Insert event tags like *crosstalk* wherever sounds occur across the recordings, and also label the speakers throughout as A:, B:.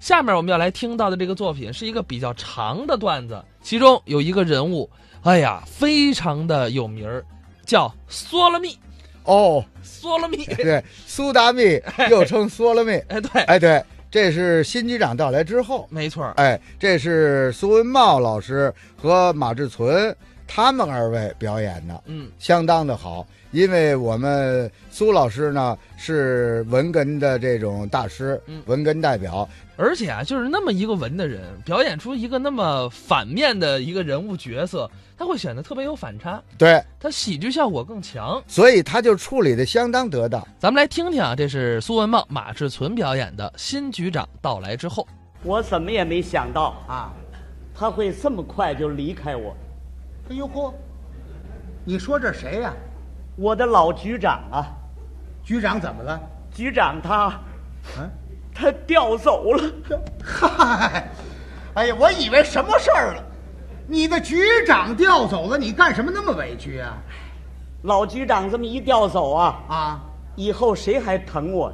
A: 下面我们要来听到的这个作品是一个比较长的段子，其中有一个人物，哎呀，非常的有名儿，叫嗦了蜜，
B: 哦，
A: 嗦了蜜，
B: 对，苏达密又称梭了密，
A: 哎，对，
B: 哎，对，这是新局长到来之后，
A: 没错儿，
B: 哎，这是苏文茂老师和马志存他们二位表演的，
A: 嗯，
B: 相当的好。因为我们苏老师呢是文哏的这种大师
A: 嗯，
B: 文哏代表，
A: 而且啊，就是那么一个文的人，表演出一个那么反面的一个人物角色，他会显得特别有反差，
B: 对，
A: 他喜剧效果更强。
B: 所以他就处理的相当得当。
A: 咱们来听听啊，这是苏文茂、马志存表演的《新局长到来之后》。
C: 我怎么也没想到啊，他会这么快就离开我。
D: 哎呦嚯！你说这谁呀、
C: 我的老局长啊，
D: 局长怎么了？ *laughs*
C: 局长他
D: 嗯，
C: 他调走了。
D: 嗨，哎呀，我以为什么事儿了？你的局长调走了，你干什么那么委屈啊？
C: 老局长这么一调走啊，
D: 啊， *laughs*
C: 以后谁还疼我？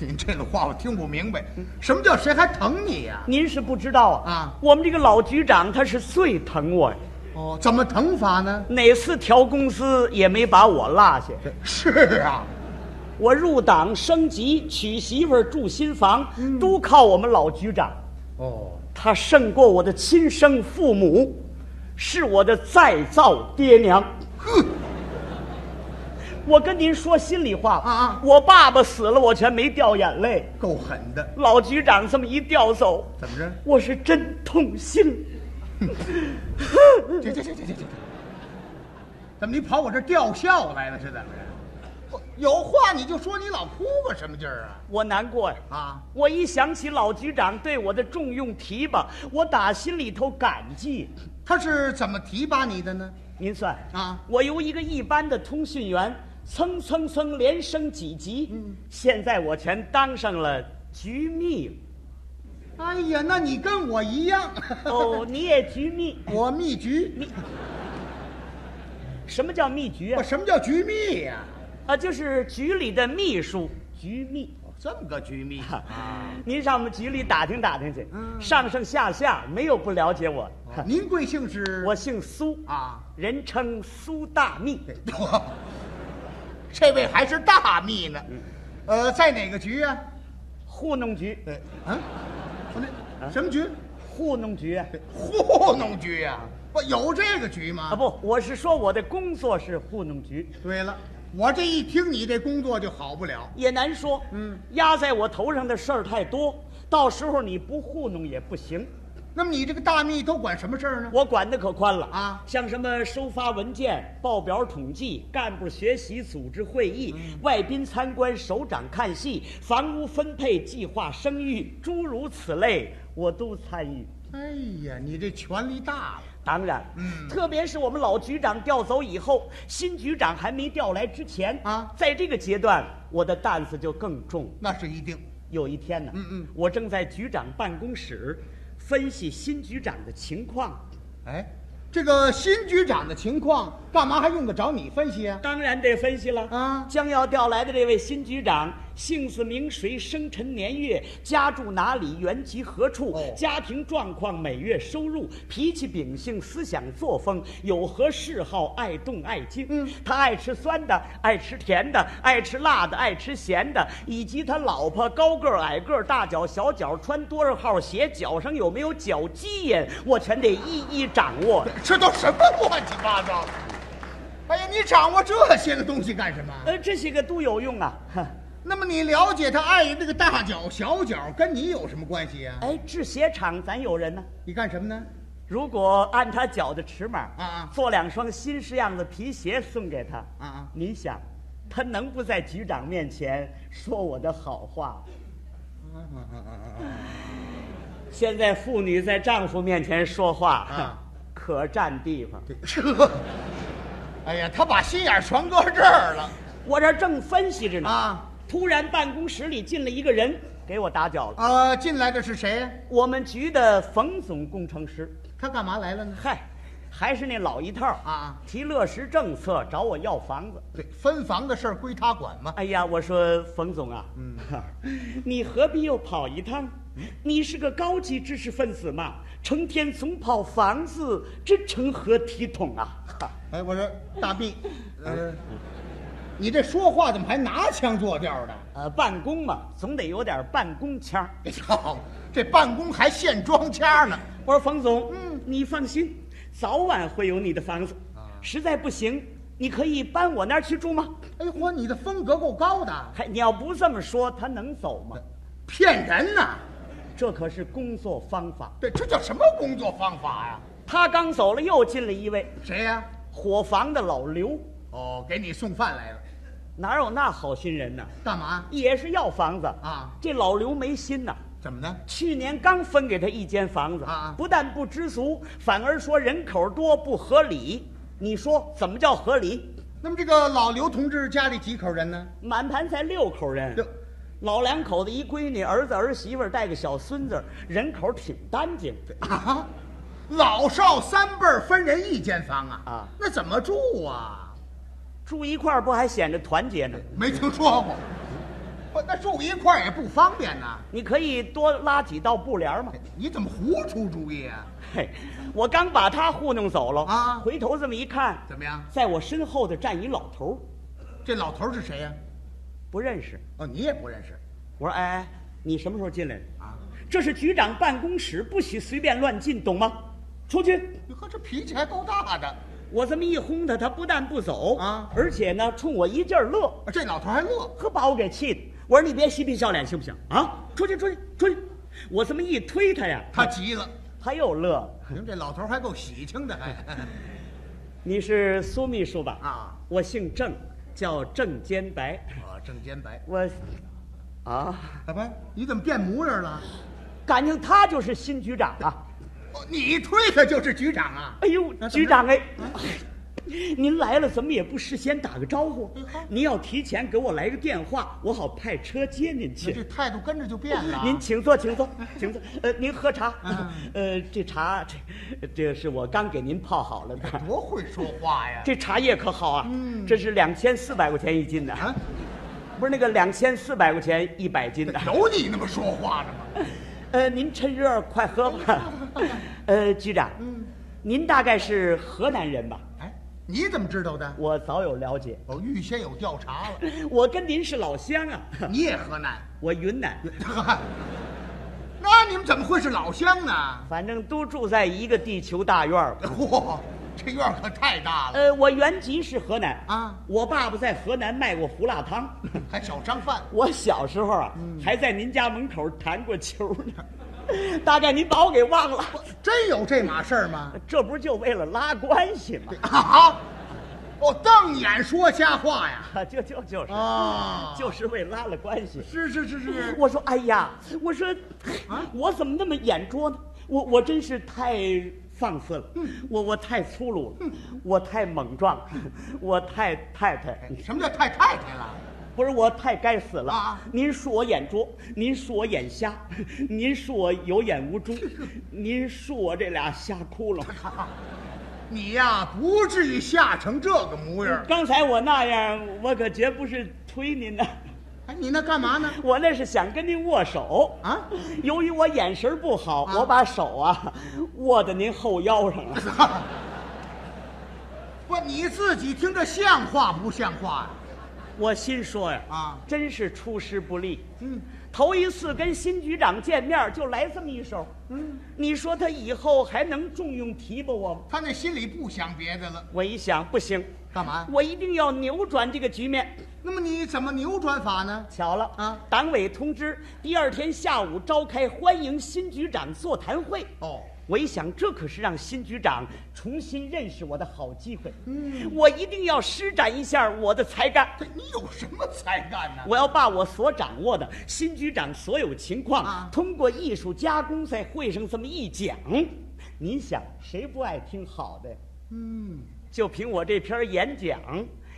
D: 您这个话我听不明白，什么叫谁还疼你呀、
C: 您是不知道啊，
D: 啊
C: 我们这个老局长他是最疼我呀，
D: 哦，怎么疼法呢？
C: 哪次调工资也没把我落下。
D: 是啊，
C: 我入党升级、娶媳妇儿、住新房，
D: 嗯
C: 都靠我们老局长。
D: 哦，
C: 他胜过我的亲生父母，是我的再造爹娘。我跟您说心里话
D: 啊啊
C: 我爸爸死了，我全没掉眼泪。
D: 够狠的，
C: 老局长这么一调走，
D: 怎么着？
C: 我是真痛心。
D: 这这这这这这，怎么你跑我这吊孝来了是怎么着？我有话你就说，你老哭个什么劲儿啊？
C: 我难过呀！
D: 啊，
C: 我一想起老局长对我的重用提拔，我打心里头感激。
D: 他是怎么提拔你的呢？
C: 您算
D: 啊
C: 我由一个一般的通讯员，蹭蹭蹭连升几级，
D: 嗯
C: 现在我全当上了局秘了。
D: *laughs* 哎呀，那你跟我一样，
C: 哦，你也局秘？
D: 我蜜橘，
C: 什么叫秘局
D: 我
C: 啊？
D: 什么叫橘蜜呀、
C: 啊，就是局里的秘书，局秘。
D: 这么个橘蜜啊！嗯
C: 您上我们局里打听打听去，上上下下没有不了解我。
D: 您贵姓是？
C: 我姓苏，
D: 哦啊，
C: 人称苏大秘。
D: 对，我 *laughs* 这位还是大蜜呢。
C: 嗯
D: 呃，在哪个局啊？
C: 糊弄局，
D: 对，啊，不
C: 啊
D: 对，什么局？
C: 糊弄局啊！
D: 糊弄局呀、不有这个局吗？
C: 啊，不，我是说我的工作是糊弄局，
D: 对了，我这一听你这工作就好不了。
C: 也难说。
D: 嗯，
C: 压在我头上的事儿太多，到时候你不糊弄也不行。
D: 那么你这个大蜜都管什么事儿呢？
C: 我管的可宽了
D: 啊
C: 像什么收发文件、报表统计、干部学习组织会议、
D: 嗯
C: 外宾参观、首长看戏、房屋分配、计划生育，诸如此类，我都参与。
D: 哎呀，你这权力大了。
C: 当然，
D: 嗯
C: 特别是我们老局长调走以后，新局长还没调来之前
D: 啊
C: 在这个阶段，我的担子就更重。
D: 那是一定。
C: 有一天呢，
D: 嗯嗯
C: 我正在局长办公室分析新局长的情况，
D: 哎，这个新局长的情况，干嘛还用得着你分析啊？
C: 当然得分析了
D: 啊
C: 将要调来的这位新局长，姓字名谁，生辰年月，家住哪里，原籍何处，
D: 哦
C: 家庭状况，每月收入，脾气秉性，思想作风，有何嗜好，爱动爱静。嗯，他爱吃酸的，爱吃甜的，爱吃辣的，爱吃咸的，以及他老婆高个儿、矮个儿、大脚、小脚，穿多少号鞋，脚上有没有脚鸡眼，我全得一一掌握。
D: *laughs* 这都什么乱七八糟的？哎呀，你掌握这些个东西干什么？
C: 呃，这些个都有用啊。哼
D: 那么你了解他爱那个大脚小脚，跟你有什么关系啊？
C: 哎，制鞋厂咱有人呢、
D: 你干什么呢？
C: 如果按他脚的尺码
D: 啊啊
C: 做两双新式样的皮鞋送给他
D: 啊啊
C: 您想，他能不在局长面前说我的好话？
D: 啊
C: 现在妇女在丈夫面前说话，
D: 啊
C: 可占地方。
D: 这，哎呀，他把心眼全搁这儿了
C: 我这儿正分析着呢，
D: 啊！
C: 突然办公室里进了一个人，给我打搅了。
D: 呃，进来的是谁？
C: 我们局的冯总工程师，
D: 他干嘛来了呢？
C: 嗨，还是那老一套
D: 啊啊
C: 提落实政策找我要房子。
D: 对，分房的事儿归他管嘛。
C: *laughs* 哎呀，我说冯总啊，嗯，你何必又跑一趟？你是个高级知识分子嘛，成天总跑房子，真成何体统啊！ *laughs*
D: 哎，我说大 B，呃，你这说话怎么还拿腔作调的？ *laughs*
C: 呃，办公嘛，总得有点办公腔儿。
D: 哎呦，这办公还现装腔呢。
C: 我说冯总，嗯，你放心，早晚会有你的房子。
D: 啊
C: 实在不行，你可以搬我那儿去住吗？
D: 哎嚯，你的风格够高的，
C: 还你要不这么说，他能走吗？
D: 骗人呐！
C: 这可是工作方法。
D: 对，这叫什么工作方法呀、
C: 他刚走了，又进了一位
D: 谁呀、
C: 伙房的老刘，
D: 哦，给你送饭来了，
C: 哪有那好心人呢？
D: 干嘛？
C: 也是要房子
D: 啊
C: 这老刘没心呐、
D: 怎么呢？
C: 去年刚分给他一间房子
D: 啊
C: 不但不知足，反而说人口多不合理。你说怎么叫合理？
D: 那么这个老刘同志家里几口人呢？
C: 满盘才六口人
D: 六，
C: 老两口子一闺女，儿子儿媳妇儿带个小孙子，人口挺干净。
D: 啊，老少三辈儿分人一间房啊？
C: 啊
D: 那怎么住啊？
C: 住一块儿不还显着团结呢？
D: 没听说过。不，那住一块儿也不方便呐。
C: 你可以多拉几道布帘儿嘛。
D: 你怎么胡出主意啊？
C: 嘿， *laughs* 我刚把他糊弄走了
D: 啊
C: 回头这么一看，
D: 怎么样？
C: 在我身后的站一老头儿，
D: 这老头儿是谁呀、
C: 不认识。
D: 哦，你也不认识
C: 我说：“哎，你什么时候进来的？
D: 啊？
C: 这是局长办公室，不许随便乱进，懂吗？出去！”
D: 你看这脾气还够大的，啊
C: 我这么一轰他，他不但不走
D: 啊
C: 而且呢，冲我一劲儿乐，
D: 这老头儿还乐。
C: 可把我给气的。我说：“你别嬉皮笑脸行不行啊？出去，出去，出去！”我这么一推他呀，
D: 他急了，
C: 他又乐了。
D: *laughs* 您这老头儿还够喜庆的，还
C: *laughs* 你是苏秘书吧？
D: 啊，
C: 我姓郑，叫郑坚白。
D: 我郑坚白，
C: 我，啊，
D: 啊不，你怎么变模样了？
C: 感情他就是新局长啊！
D: 哦你推他就是局长啊？
C: 哎呦，
D: 那怎么着啊
C: 局长哎，您来了怎么也不事先打个招呼？
D: 嗯
C: 您要提前给我来个电话，我好派车接您
D: 这
C: 去。
D: 态度跟着就变了。
C: 您请坐，请坐，请坐。呃，您喝茶
D: 啊。
C: *laughs* 呃，这茶，这这是我刚给您泡好了的。
D: 多会说话呀？
C: 这茶叶可好啊，这是两千四百块钱一斤的，
D: 嗯啊，
C: 不是那个两千四百块钱一百斤的。
D: 有你那么说话的吗？
C: 呃，您趁热儿快喝吧。呃，局长，您大概是河南人吧？
D: 哎，你怎么知道的？
C: 我早有了解，
D: 哦，预先有调查了。
C: 我跟您是老乡啊， *laughs*
D: 你也河南？ *laughs*
C: 我云南，
D: 那你们怎么会是老乡呢？ *laughs*
C: 反正都住在一个地球大院儿。
D: 嚯，这院儿可太大了，
C: 呃，我原籍是河南
D: 啊
C: 我爸爸在河南卖过胡辣汤。 *laughs*
D: 还小商贩。
C: 我小时候啊，还在您家门口弹过球呢。 *laughs* 大概您把我给忘了， *laughs*
D: 真有这码事儿吗？ *laughs*
C: 这不就为了拉关系吗？ *laughs*
D: 啊！哦，瞪眼说瞎话呀！
C: 啊就就就是，
D: 啊，
C: 就是为拉了关系。
D: 是是是是，
C: 我说：“哎呀，我说，我怎么那么眼拙呢？我我真是太放肆了，我我太粗鲁了，我太莽撞，我太太太，
D: 什么叫太太太了？
C: 不是我太该死了。
D: 啊
C: 您说我眼拙，您说我眼瞎，您说我有眼无珠，您说我这俩瞎窟窿。
D: 你呀，不至于吓成这个模样儿。
C: 刚才我那样，我可绝不是推您的。”
D: 哎，你那干嘛呢？
C: 我那是想跟您握手
D: 啊，
C: 由于我眼神不好，我把手啊握在您后腰上了。
D: 啊不，你自己听着像话不像话呀？
C: *laughs* 我心说呀，
D: 啊
C: 真是出师不利。
D: 嗯，
C: 头一次跟新局长见面就来这么一手，嗯，你说他以后还能重用提拔我吗？
D: 他那心里不想别的了，
C: 我一想，不行，
D: 干嘛？
C: 我一定要扭转这个局面。
D: 那么你怎么扭转法呢？
C: 巧了
D: 啊
C: 党委通知，第二天下午召开欢迎新局长座谈会。
D: 哦，
C: 我一想，这可是让新局长重新认识我的好机会。嗯，我一定要施展一下我的才干。
D: 这你有什么才干呢？
C: 我要把我所掌握的新局长所有情况，
D: 啊
C: 通过艺术加工，在会上这么一讲，您想谁不爱听好的？
D: 嗯，
C: 就凭我这篇演讲，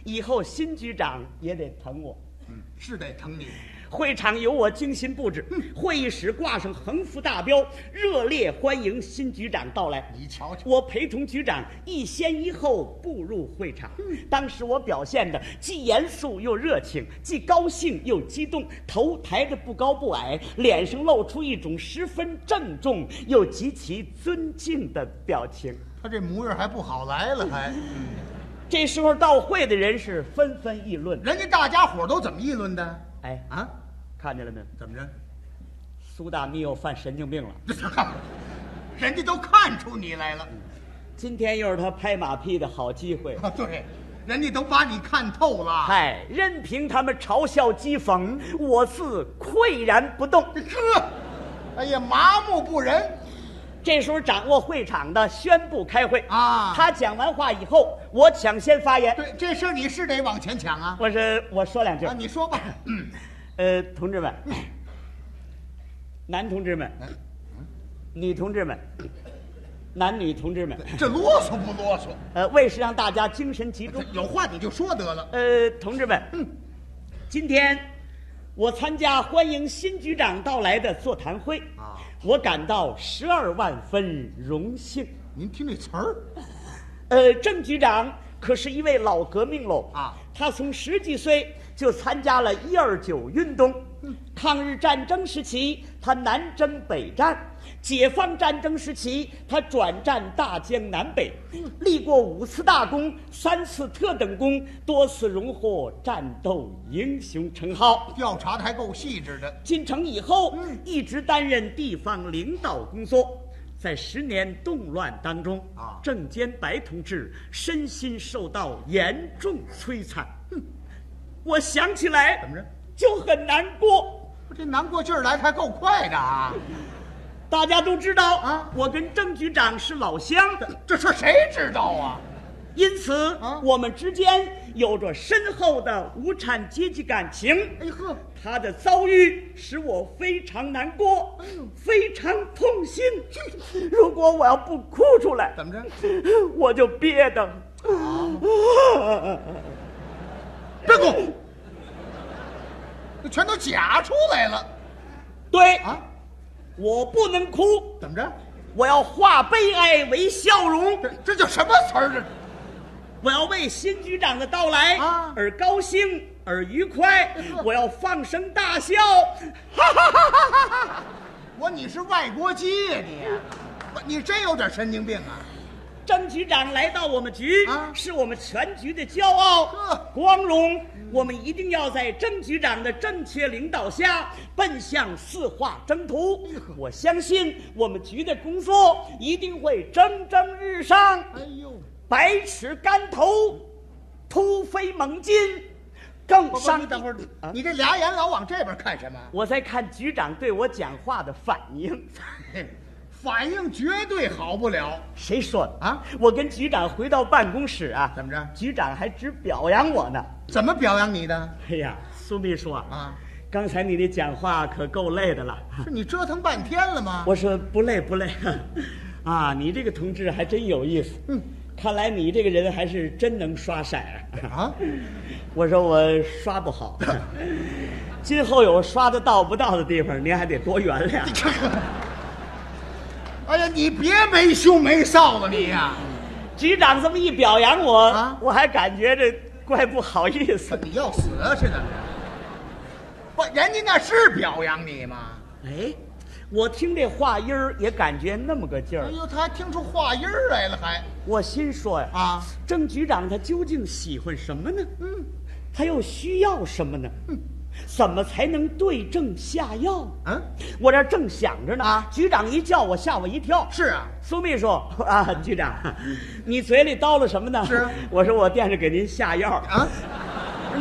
C: 以后新局长也得疼我。
D: 嗯，是得疼你。
C: 会场由我精心布置，
D: 嗯
C: 会议室挂上横幅大标，热烈欢迎新局长到来。
D: 你瞧瞧，
C: 我陪同局长一先一后步入会场。当时我表现的既严肃又热情，既高兴又激动，头抬得不高不矮，脸上露出一种十分郑重又极其尊敬的表情。
D: 他这模样还不好来了，还，
C: 这时候到会的人是纷纷议论。
D: 人家大家伙都怎么议论的？
C: 哎，
D: 啊，
C: 看见了没有？
D: 怎么着？ *laughs*
C: 苏大密又犯神经病了。
D: 人家都看出你来了。
C: 今天又是他拍马屁的好机会。
D: 啊，对，人家都把你看透了。
C: 嗨，任凭他们嘲笑讥讽，我自岿然不动。
D: 呵，哎呀，麻木不仁。
C: 这时候掌握会场的宣布开会
D: 啊
C: 他讲完话以后，我抢先发言。
D: 对，这事儿你是得往前抢啊。
C: 我是我说两句
D: 啊，，你说吧。嗯，
C: 呃，同志们，男同志们，
D: 嗯
C: 女同志们，男女同志们，
D: 这啰嗦不啰嗦？
C: 呃，为是让大家精神集中，
D: 有话你就说得了。
C: 呃，同志们，
D: 嗯
C: 今天我参加欢迎新局长到来的座谈会
D: 啊，
C: 我感到十二万分荣幸。
D: 您听这词儿，
C: 呃，郑局长可是一位老革命喽
D: 啊
C: 他从十几岁就参加了一二九运动，抗日战争时期他南征北战，解放战争时期他转战大江南北，立过五次大功、三次特等功，多次荣获战斗英雄称号。
D: 调查的还够细致的。
C: 进城以后，
D: 嗯
C: 一直担任地方领导工作。在十年动乱当中，
D: 啊
C: 郑坚白同志身心受到严重摧残。哼，我想起来
D: 怎么着
C: 就很难过。
D: 这难过劲儿来的还够快的啊！
C: 大家都知道
D: 啊
C: 我跟郑局长是老乡
D: *laughs*
C: 的，
D: 这事儿谁知道啊？
C: 因此、
D: 啊
C: 我们之间有着深厚的无产阶级感情。
D: 哎呵，
C: 他的遭遇使我非常难
D: 哎
C: 过，非常痛心。如果我要不哭出来，
D: 怎么着？啊
C: 我就憋得。
D: 别哭，这全都假出来了
C: 对，
D: 啊！
C: 我不能哭，
D: 怎么着？
C: 我要化悲哀为笑容，
D: 这这叫什么词儿？这
C: 我要为新局长的到来
D: 啊
C: 而高兴，而愉快
D: 呵，
C: 我要放声大笑。
D: *laughs* 我你是外国鸡呀、你、我你真有点神经病啊！
C: 张局长来到我们局，
D: 啊
C: 是我们全局的骄傲
D: 呵、
C: 光荣。我们一定要在郑局长的正确领导下，奔向四化征途。我相信我们局的工作一定会蒸蒸日上，
D: 哎呦，
C: 百尺竿头，突飞猛进，更
D: 不不，
C: 上
D: 你等会儿，
C: 啊
D: 你这俩眼老往这边看什么？
C: 我在看局长对我讲话的反应。
D: 嘿反应绝对好不了。
C: 谁说的
D: 啊？
C: 我跟局长回到办公室啊，
D: 怎么着
C: 局长还只表扬我呢。
D: 怎么表扬
C: *laughs*
D: 你的？
C: 哎呀，苏秘书啊，
D: 啊
C: 刚才你的讲话可够累的了。 *laughs*
D: 是你折腾半天了吗？
C: 我说不累不累， *laughs* 啊，你这个同志还真有意思。嗯，看来你这个人还是真能刷色儿。
D: 啊，
C: *laughs* 我说我刷不好， *laughs* 今后有刷的到不到的地方，您还得多原谅。
D: *laughs* 哎呀，你别没羞没臊了你呀、
C: 局长这么一表扬我，
D: 啊
C: 我还感觉这怪不好意思。
D: 你要死啊是怎么着？不，人家那是表扬你吗？
C: 哎，我听这话音儿也感觉那么个劲
D: 哎
C: 儿，
D: 呦，他还听出话音儿来了还，
C: 我心说呀，
D: 啊，
C: 郑局长他究竟喜欢什么呢？嗯，他又需要什么呢？嗯，怎么才能对症下药？
D: 嗯，
C: 我这正想着呢，
D: 啊
C: 局长一叫我，吓我一跳。
D: 是啊，
C: 苏秘书 *laughs* 啊，局长，你嘴里叨了什么呢？
D: 是
C: 我说我惦着给您下药
D: 啊，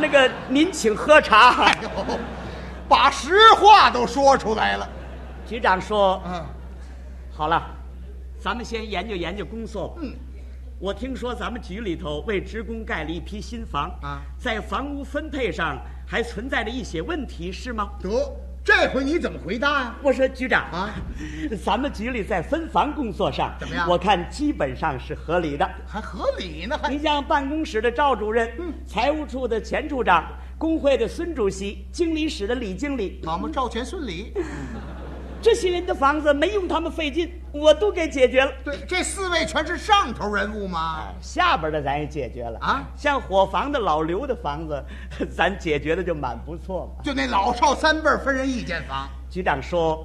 C: 那个您请喝茶。
D: 哎呦，把实话都说出来了，
C: 局长说，
D: 嗯，
C: 好了，咱们先研究研究工作。
D: 嗯，
C: 我听说咱们局里头为职工盖了一批新房
D: 啊
C: 在房屋分配上还存在着一些问题，是吗？
D: 得，这回你怎么回答呀、
C: 我说局长
D: *laughs* 啊，
C: 咱们局里在分房工作上
D: 怎么样啊
C: 我看基本上是合理的。
D: 还合理呢，还嗯
C: 您像办公室的赵主任，财务处的钱处长，工会的孙主席、经理室的李经理，
D: 好嘛，赵钱孙李，
C: 这些人的房子没用他们费劲，我都给解决了。
D: 对，这四位全是上头人物吗？
C: 下边的咱也解决了
D: 啊
C: 像伙房的老刘的房子， *laughs* 咱解决的就蛮不错嘛。
D: 就那老少三辈儿分人一间房，
C: 局长说，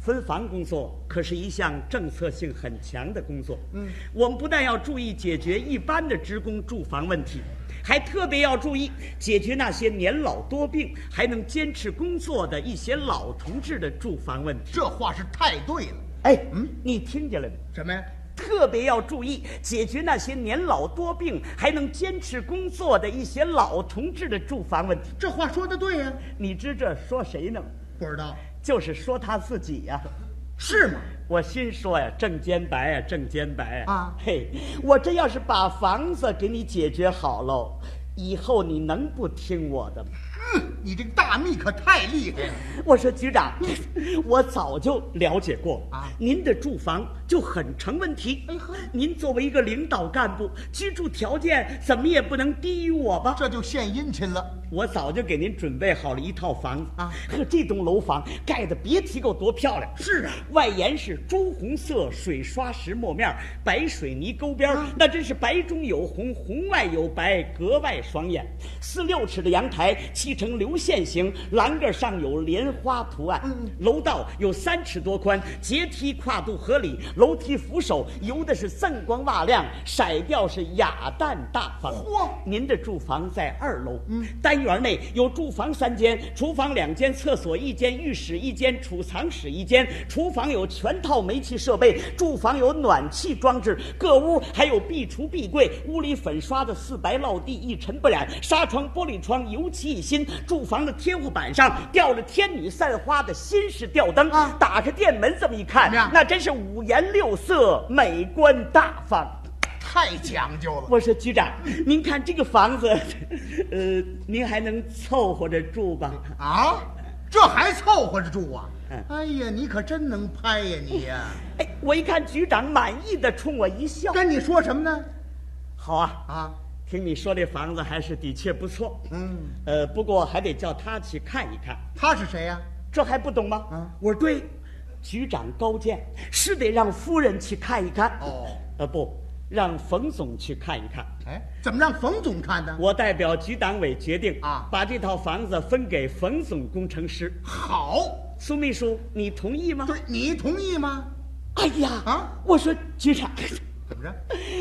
C: 分房工作可是一项政策性很强的工作。嗯，我们不但要注意解决一般的职工住房问题，还特别要注意解决那些年老多病还能坚持工作的一些老同志的住房问题。
D: 这话是太对了。
C: 哎，
D: 嗯
C: 你听见了没？
D: 什么呀？
C: 特别要注意解决那些年老多病还能坚持工作的一些老同志的住房问题。
D: 这话说的对呀、
C: 你知这说谁呢？
D: 不知道
C: 就是说他自己呀、
D: 是吗？
C: 我心说呀，挣间白呀，挣间白呀！
D: 啊
C: 嘿，我这要是把房子给你解决好喽，以后你能不听我的吗？
D: 嗯，你这个大秘可太厉害了。
C: *laughs* 我说局长，我早就了解过
D: 啊
C: 您的住房就很成问题。
D: 哎呵
C: 您作为一个领导干部，居住条件怎么也不能低于我吧？
D: 这就献殷勤了。
C: 我早就给您准备好了一套房子
D: 啊
C: 呵，这栋楼房盖的别提够多漂亮。
D: 是啊
C: 外沿是朱红色水刷石磨面儿，白水泥勾边
D: 啊
C: 儿，那真是白中有红，红外有白，格外爽眼。四六尺的阳台砌成流线型，栏杆上有莲花图案。
D: 嗯
C: 楼道有三尺多宽，阶梯跨度合理，楼梯扶手油的是锃光瓦亮，色调是雅淡大方。
D: 嚯
C: 哦您的住房在二楼，
D: 嗯
C: 单元内有住房三间，厨房两间，厕所一间，浴室一间，储藏室一间。厨房有全套煤气设备，住房有暖气装置，各屋还有壁橱、壁柜。屋里粉刷的四白落地，一尘不染；纱窗、玻璃窗油漆一新。住房的天花板上吊着天女散花的新式吊灯，
D: 啊
C: 打开店门这么一看
D: 怎么样，
C: 那真是五颜六色，美观大方。
D: 太讲究了。
C: 我说局长，您看这个房子， *laughs* 呃，您还能凑合着住吧？
D: 啊，这还凑合着住啊
C: 嗯？
D: 哎呀，你可真能拍呀你呀！
C: 哎，我一看局长满意的冲我一笑，
D: 跟你说什么呢？
C: 好啊，
D: 啊，
C: 听你说这房子还是的确不错，
D: 嗯，
C: 呃，不过还得叫他去看一看，
D: 他是谁呀、
C: 这还不懂吗？
D: 嗯
C: 我说对，局长高见，是得让夫人去看一看。
D: 哦，
C: 呃，不，让冯总去看一看。
D: 哎，怎么让冯总看呢？
C: 我代表局党委决定
D: 啊
C: 把这套房子分给冯总工程师。
D: 好，
C: 苏秘书，你同意吗？
D: 对你同意吗？
C: 哎呀，
D: 啊
C: 我说局长，
D: 怎么着？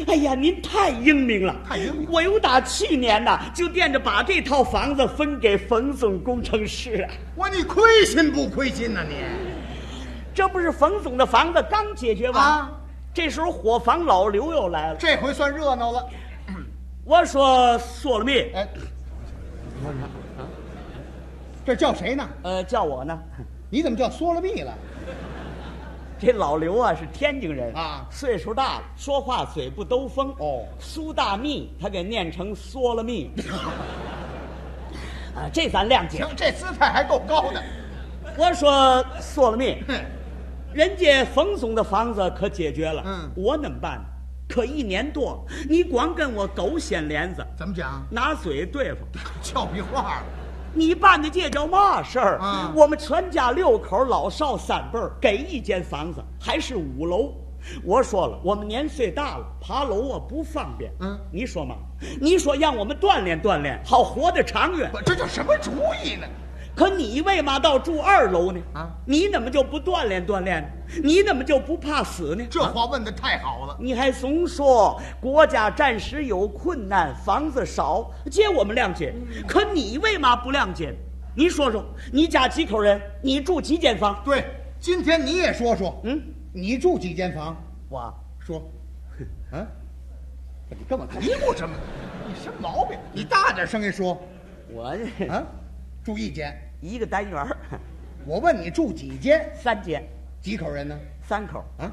C: 哎呀，您太英明了，
D: 太英明了
C: 我由打去年呐、就惦着把这套房子分给冯总工程师啊，
D: 我你亏心不亏心呐、你？
C: 这不是冯总的房子刚解决完，
D: 啊
C: 这时候伙房老刘又来了，
D: 这回算热闹了。
C: 我说索了密，
D: 哎，这叫谁呢？
C: 呃，叫我呢， *laughs*
D: 你怎么叫缩了蜜了？
C: 这老刘啊是天津人
D: 啊
C: 岁数大了，说话嘴不兜风
D: 哦
C: 苏大密他给念成缩了密， *laughs* 啊，这咱谅解
D: 行。，这姿态还够高的。
C: 我说索了密。
D: 哼，
C: 人家冯总的房子可解决了，
D: 嗯
C: 我怎么办呢？可一年多了，你光跟我狗掀帘子，
D: 怎么讲？
C: 拿嘴对付，
D: 俏皮话了。
C: 你办的这叫嘛事儿？
D: 啊
C: 我们全家六口，老少三辈儿，给一间房子，还是五楼。我说了，我们年岁大了，爬楼啊不方便。
D: 嗯
C: 你说嘛？你说让我们锻炼锻炼，好活得长远。
D: 我这叫什么主意呢？
C: 可你为嘛到住二楼呢？
D: 啊
C: 你怎么就不锻炼锻炼呢？你怎么就不怕死呢？啊
D: 这话问的太好了。
C: 你还总说国家暂时有困难，房子少，这我们谅解。可你为嘛不谅解？你说说，你家几口人？你住几间房？
D: 对，今天你也说说，
C: 嗯，
D: 你住几间房？
C: 我
D: 说，啊，你干嘛嘀咕什么？你什么毛病？你大点声音说
C: 我
D: 啊！住一间。
C: *laughs* 一个单元儿 *laughs*
D: 我问你住几间？
C: 三间，
D: 几口人呢？
C: 三口
D: 啊，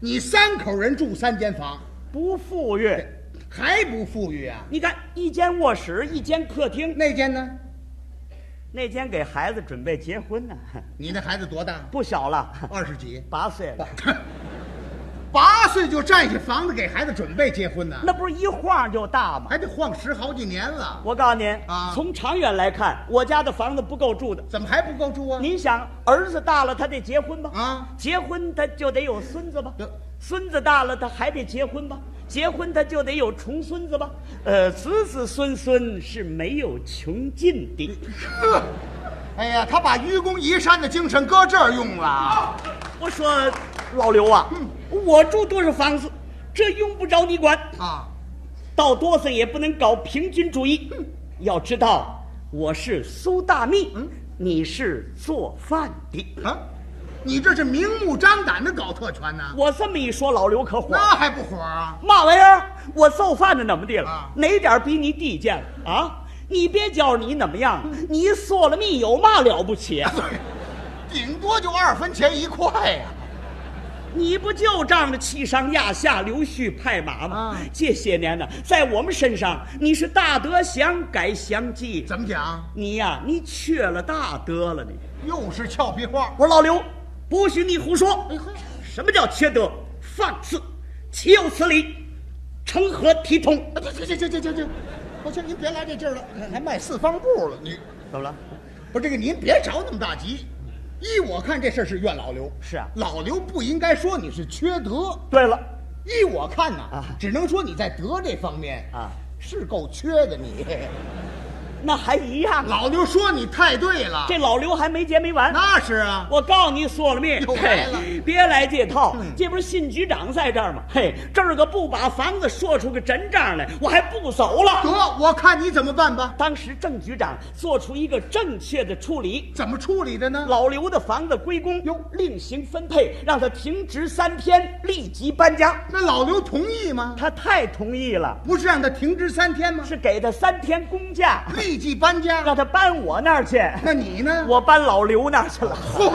D: 你三口人住三间房，
C: 不富裕。
D: 还不富裕啊？
C: 你看，一间卧室，一间客厅，
D: 那间呢？
C: 那间给孩子准备结婚呢， *laughs*
D: 你那孩子多大？
C: 不小了， *laughs*
D: 二十几。
C: 八岁了。
D: 八岁就占下房子给孩子准备结婚呢，
C: 那不是一晃就大吗？
D: 还得晃十好几年了，
C: 我告诉您
D: 啊
C: 从长远来看，我家的房子不够住的。
D: 怎么还不够住啊？
C: 您想，儿子大了，他得结婚吧？
D: 啊
C: 结婚他就得有孙子吧
D: 对？
C: 孙子大了，他还得结婚吧？结婚他就得有重孙子吧？呃，子子孙孙是没有穷尽的。
D: 呵，哎呀，他把愚公移山的精神搁这儿用了。
C: 我说老刘啊，我住多少房子，这用不着你管。
D: 啊，
C: 到多少也不能搞平均主义。要知道，我是苏大密，你是做饭的。
D: 啊，你这是明目张胆的搞特权呢、
C: 我这么一说，老刘可火了。
D: 那还不火啊？
C: 嘛玩意儿？我揍饭的怎么地了？
D: 啊
C: 哪点儿比你低贱了啊？你别觉着你怎么样，你索了命有嘛了不起？啊
D: 顶多就二分钱一块呀、
C: 你不就仗着欺上压下、溜须拍马吗？
D: 啊
C: 这些年呢，在我们身上你是大德想改相继，
D: 怎么讲？
C: 你呀、你缺了大德了你。
D: 又是俏皮话。
C: 我说老刘，不许你胡说
D: 哎呵。
C: 什么叫缺德？放肆，岂有此理？成何体统？
D: 啊，这这这这这这，我劝您别来这劲儿了，还迈四方步了。你
C: 怎么了？
D: 不是这个，您别着那么大急。依我看，这事儿是怨老刘。
C: 是啊
D: 老刘不应该说你是缺德。
C: 对了，
D: 依我看呐，
C: 啊
D: 只能说你在德这方面
C: 啊
D: 是够缺的你。
C: 那还一样啊。
D: 老刘说你太对了，
C: 这老刘还没结没完。
D: 那是啊，
C: 我告诉你，索了命
D: 又来了嗯
C: 嘿别来这套，这不是信局长在这儿吗？嘿，这儿个不把房子说出个真账来，我还不走
D: 得
C: 了。
D: 我看你怎么办吧，
C: 当时郑局长做出一个正确的处理，
D: 怎么处理的呢？
C: 老刘的房子归公，另行分配，让他停职三天，立即搬家。
D: 那老刘同意吗？
C: 他太同意了，
D: 不是让他停职三天吗？
C: 是给他三天公假，
D: 立即搬家。 *laughs*
C: 让他搬我那儿去，
D: 那你呢？ *laughs*
C: 我搬老刘那儿去了。
D: 嚯，